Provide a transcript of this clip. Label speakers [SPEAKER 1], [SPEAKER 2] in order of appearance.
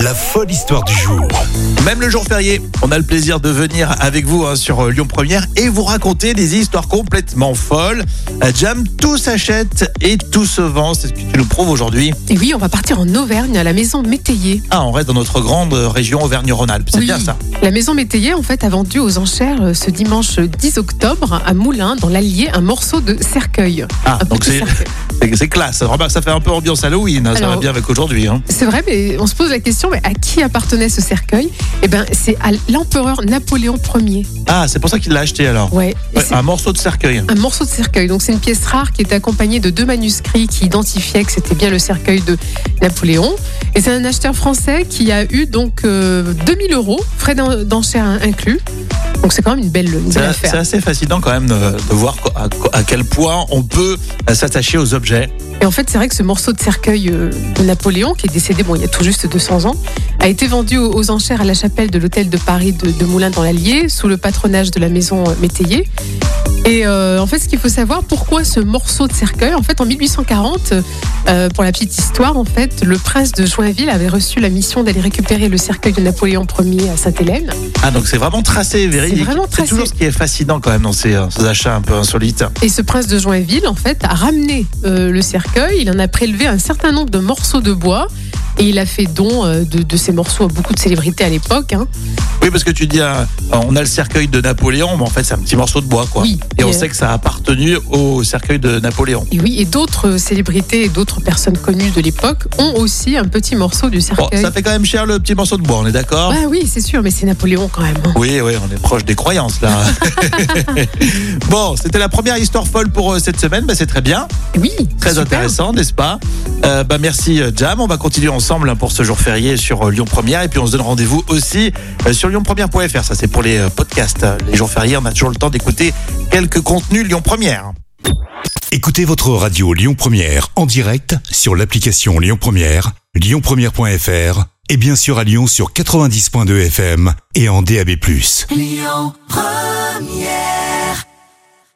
[SPEAKER 1] La folle histoire du jour.
[SPEAKER 2] Même le jour férié, on a le plaisir de venir avec vous hein, sur euh, Lyon Première et vous raconter des histoires complètement folles. Euh, Jam, tout s'achète et tout se vend. C'est ce que tu nous prouves aujourd'hui.
[SPEAKER 3] Et oui, on va partir en Auvergne à la maison Métayer.
[SPEAKER 2] Ah, on reste dans notre grande euh, région Auvergne-Rhône-Alpes. C'est
[SPEAKER 3] Oui.
[SPEAKER 2] bien ça.
[SPEAKER 3] La maison Métayer, en fait, a vendu aux enchères euh, ce dimanche 10 octobre à Moulins, dans l'Allier, un morceau de cercueil.
[SPEAKER 2] Ah,
[SPEAKER 3] Un
[SPEAKER 2] donc
[SPEAKER 3] petit
[SPEAKER 2] c'est
[SPEAKER 3] cercueil.
[SPEAKER 2] c'est- c'est classe. Remarque, ça fait un peu ambiance Halloween. hein, ça
[SPEAKER 3] Alors-
[SPEAKER 2] va bien avec aujourd'hui. hein.
[SPEAKER 3] C'est vrai, mais on se pose la question, mais à qui appartenait ce cercueil Eh bien, c'est à l'empereur Napoléon Ier.
[SPEAKER 2] Ah, c'est pour ça qu'il l'a acheté alors.
[SPEAKER 3] Ouais. Et
[SPEAKER 2] Ouais,
[SPEAKER 3] c'est
[SPEAKER 2] un morceau de cercueil.
[SPEAKER 3] Un morceau de cercueil, donc c'est une pièce rare qui est accompagnée de deux manuscrits qui identifiaient que c'était bien le cercueil de Napoléon. Et c'est un acheteur français qui a eu donc euh, 2000 euros, frais d'en- d'enchères inclus. Donc c'est quand même une belle, une
[SPEAKER 2] C'est
[SPEAKER 3] belle
[SPEAKER 2] c'est
[SPEAKER 3] affaire.
[SPEAKER 2] assez fascinant quand même de, de voir co- à, co- à quel point on peut euh, s'attacher aux objets.
[SPEAKER 3] Et en fait, c'est vrai que ce morceau de cercueil euh, de Napoléon, qui est décédé, bon, il y a tout juste 200 ans, a été vendu aux, aux enchères à la chapelle de l'hôtel de Paris de, de Moulins dans l'Allier, sous le patronage de la maison euh, Métayer. Et euh, en fait, ce qu'il faut savoir, pourquoi ce morceau de cercueil En fait, en 1840, euh, pour la petite histoire, en fait, le prince de Joinville avait reçu la mission d'aller récupérer le cercueil de Napoléon Ier à Sainte-Hélène.
[SPEAKER 2] Ah, donc c'est vraiment tracé, véridique.
[SPEAKER 3] vraiment tracé.
[SPEAKER 2] toujours ce qui est fascinant quand même dans ces, euh, ces achats un peu insolites.
[SPEAKER 3] Et ce prince de Joinville, en fait, a ramené euh, le cercueil. Il en a prélevé un certain nombre de morceaux de bois. Et il a fait don euh, de, de ces morceaux à beaucoup de célébrités à l'époque. hein.
[SPEAKER 2] Oui, parce que tu dis, euh, on a le cercueil de Napoléon, mais en fait, c'est un petit morceau de bois, quoi.
[SPEAKER 3] Oui.
[SPEAKER 2] Et on
[SPEAKER 3] Et, euh,
[SPEAKER 2] sait que ça a appartenu au cercueil de Napoléon.
[SPEAKER 3] Et oui, et d'autres euh, célébrités et d'autres personnes connues de l'époque ont aussi un petit morceau du
[SPEAKER 2] Bon,
[SPEAKER 3] cercueil.
[SPEAKER 2] ça fait quand même cher le petit morceau de bois, on est d'accord
[SPEAKER 3] Ouais, oui, c'est sûr, mais c'est Napoléon quand même. hein.
[SPEAKER 2] Oui, oui, on est proche des croyances, là. bon, c'était la première histoire folle pour euh, cette semaine, bah, c'est très bien,
[SPEAKER 3] Oui,
[SPEAKER 2] très
[SPEAKER 3] super.
[SPEAKER 2] intéressant, n'est-ce pas Euh, bah, Merci, euh, Jam. On va continuer ensemble hein, pour ce jour férié sur euh, Lyon Première. Et puis, on se donne rendez-vous aussi euh, sur lyonpremière.fr. Ça, c'est pour les euh, podcasts. Les jours fériés, on a toujours le temps d'écouter quelques contenus Lyon Première.
[SPEAKER 1] Écoutez votre radio Lyon Première en direct sur l'application Lyon Première, lyonpremière.fr et bien sûr à Lyon sur 90.2 FM et en DAB+.